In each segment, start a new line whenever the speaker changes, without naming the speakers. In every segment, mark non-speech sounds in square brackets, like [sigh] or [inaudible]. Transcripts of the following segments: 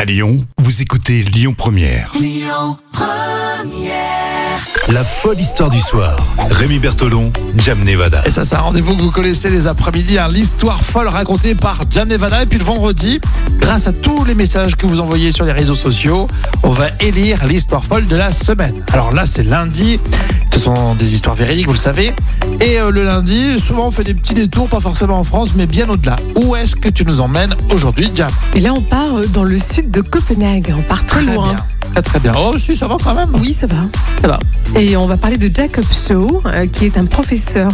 À Lyon, vous écoutez Lyon Première. Lyon Première. La folle histoire du soir. Rémi Bertolon, Jam Nevada.
Et ça, c'est un rendez-vous que vous connaissez les après-midi, hein, l'histoire folle racontée par Jam Nevada. Et puis le vendredi, grâce à tous les messages que vous envoyez sur les réseaux sociaux, on va élire l'histoire folle de la semaine. Alors là, c'est lundi. Ce sont des histoires véridiques, vous le savez. Et euh, le lundi, souvent, on fait des petits détours, pas forcément en France, mais bien au-delà. Où est-ce que tu nous emmènes aujourd'hui, Jam
Et là, on part euh, dans le sud de Copenhague. On part très, loin.
bien. Très, très bien. Oh, si, ça va quand même.
Oui, ça va. Ça va. Et on va parler de Jacob Shaw, euh, qui est un professeur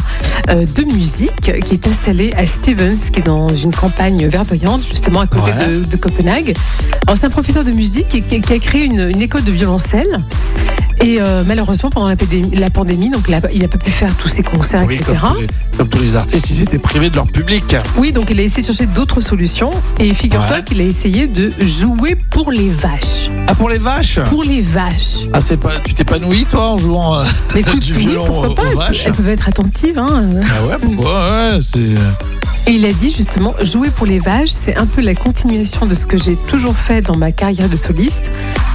euh, de musique euh, qui est installé à Stevens, qui est dans une campagne verdoyante, justement à côté
Ouais.
de, de Copenhague. Alors, c'est un professeur de musique et qui, qui a créé une, une école de violoncelle. Et euh, malheureusement, pendant la pandémie, la pandémie donc, il a- il n'a pas pu faire tous ses concerts,
Oui, comme
etc.
tous, les, comme tous les artistes, ils étaient privés de leur public.
Oui, donc il a essayé de chercher d'autres solutions. Et figure-toi
Ouais.
qu'il a essayé de jouer pour les vaches.
Ah, pour les vaches
Pour les vaches.
Ah, c'est pas, tu t'épanouis, toi, en jouant. euh,
Mais écoute,
Du
oui,
violon aux
pourquoi pas, elles peuvent-
vaches.
elles peuvent être attentives. hein.
Ah ouais, pourquoi Ouais, c'est. euh,
Et il a dit justement, jouer pour les vaches, c'est un peu la continuation de ce que j'ai toujours fait dans ma carrière de soliste.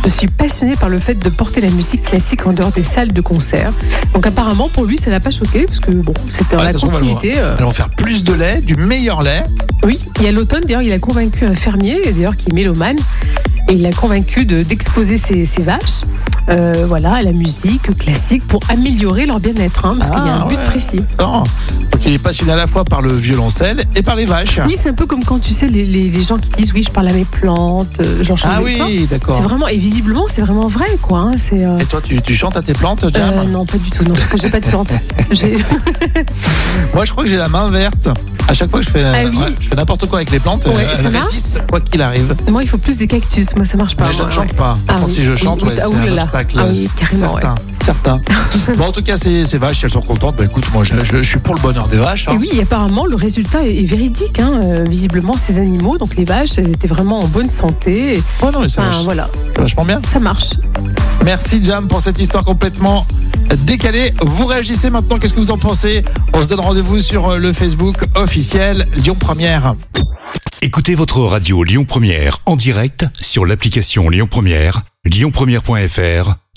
Je suis passionnée par le fait de porter la musique classique en dehors des salles de concert. Donc apparemment, pour lui, ça l'a pas choqué, parce que bon, c'était dans
Ouais,
la
Ah, ça se trouve, on va le
continuité. euh,
Elles vont faire plus de lait, du meilleur lait.
Oui, et à l'automne, d'ailleurs, il a convaincu un fermier, d'ailleurs, qui est mélomane, et il l'a convaincu de- d'exposer ses, ses vaches. euh, voilà, à la musique classique pour améliorer leur bien-être, hein, parce qu'il y a
Ah,
un but
ouais.
précis.
Non. Donc il est passionné à la fois par le violoncelle et par les vaches.
Oui, c'est un peu comme quand tu sais, les, les- les gens qui disent oui, je parle à mes plantes, euh, j'en chante
ah
mes plantes.
oui, d'accord.
C'est vraiment, et visiblement, c'est vraiment vrai, quoi. hein, c'est, euh,
Et toi, tu, tu chantes à tes plantes,
euh,
Jam
non, pas du tout, non, parce que j'ai pas de
[laughs]
plantes. J'ai- [laughs]
Moi, je crois que j'ai la main verte. À chaque fois que je fais, euh,
Ah oui.
ouais, je fais n'importe quoi avec les plantes, euh,
Ouais,
elles
ça marche
résistent, quoi qu'il arrive.
Moi, il faut plus des cactus, moi, ça marche pas.
Mais je
moi,
ne
ouais.
chante pas. Par
Ah
contre,
oui,
si je
oui,
chante,
oui,
ouais,
ah,
c'est un
oulala.
obstacle.
Ah oui, carrément, ouais.
certain, certain.
[laughs]
bon, en tout cas, ces, ces vaches, si elles sont contentes. Bah, écoute, moi, je, je- je suis pour le bonheur des vaches. hein.
Et oui, et apparemment, le résultat est, est véridique. hein, euh, visiblement, ces animaux, donc les vaches, elles étaient vraiment en bonne santé. et-
Ouais, non, mais c'est
Enfin,
vach-
voilà,
c'est vachement bien.
ça marche.
Merci Jam pour cette histoire complètement décalée. Vous réagissez maintenant, qu'est-ce que vous en pensez On se donne rendez-vous sur euh, le Facebook officiel Lyon Première.
Écoutez votre radio Lyon Première en direct sur l'application Lyon Première, lyonpremière.fr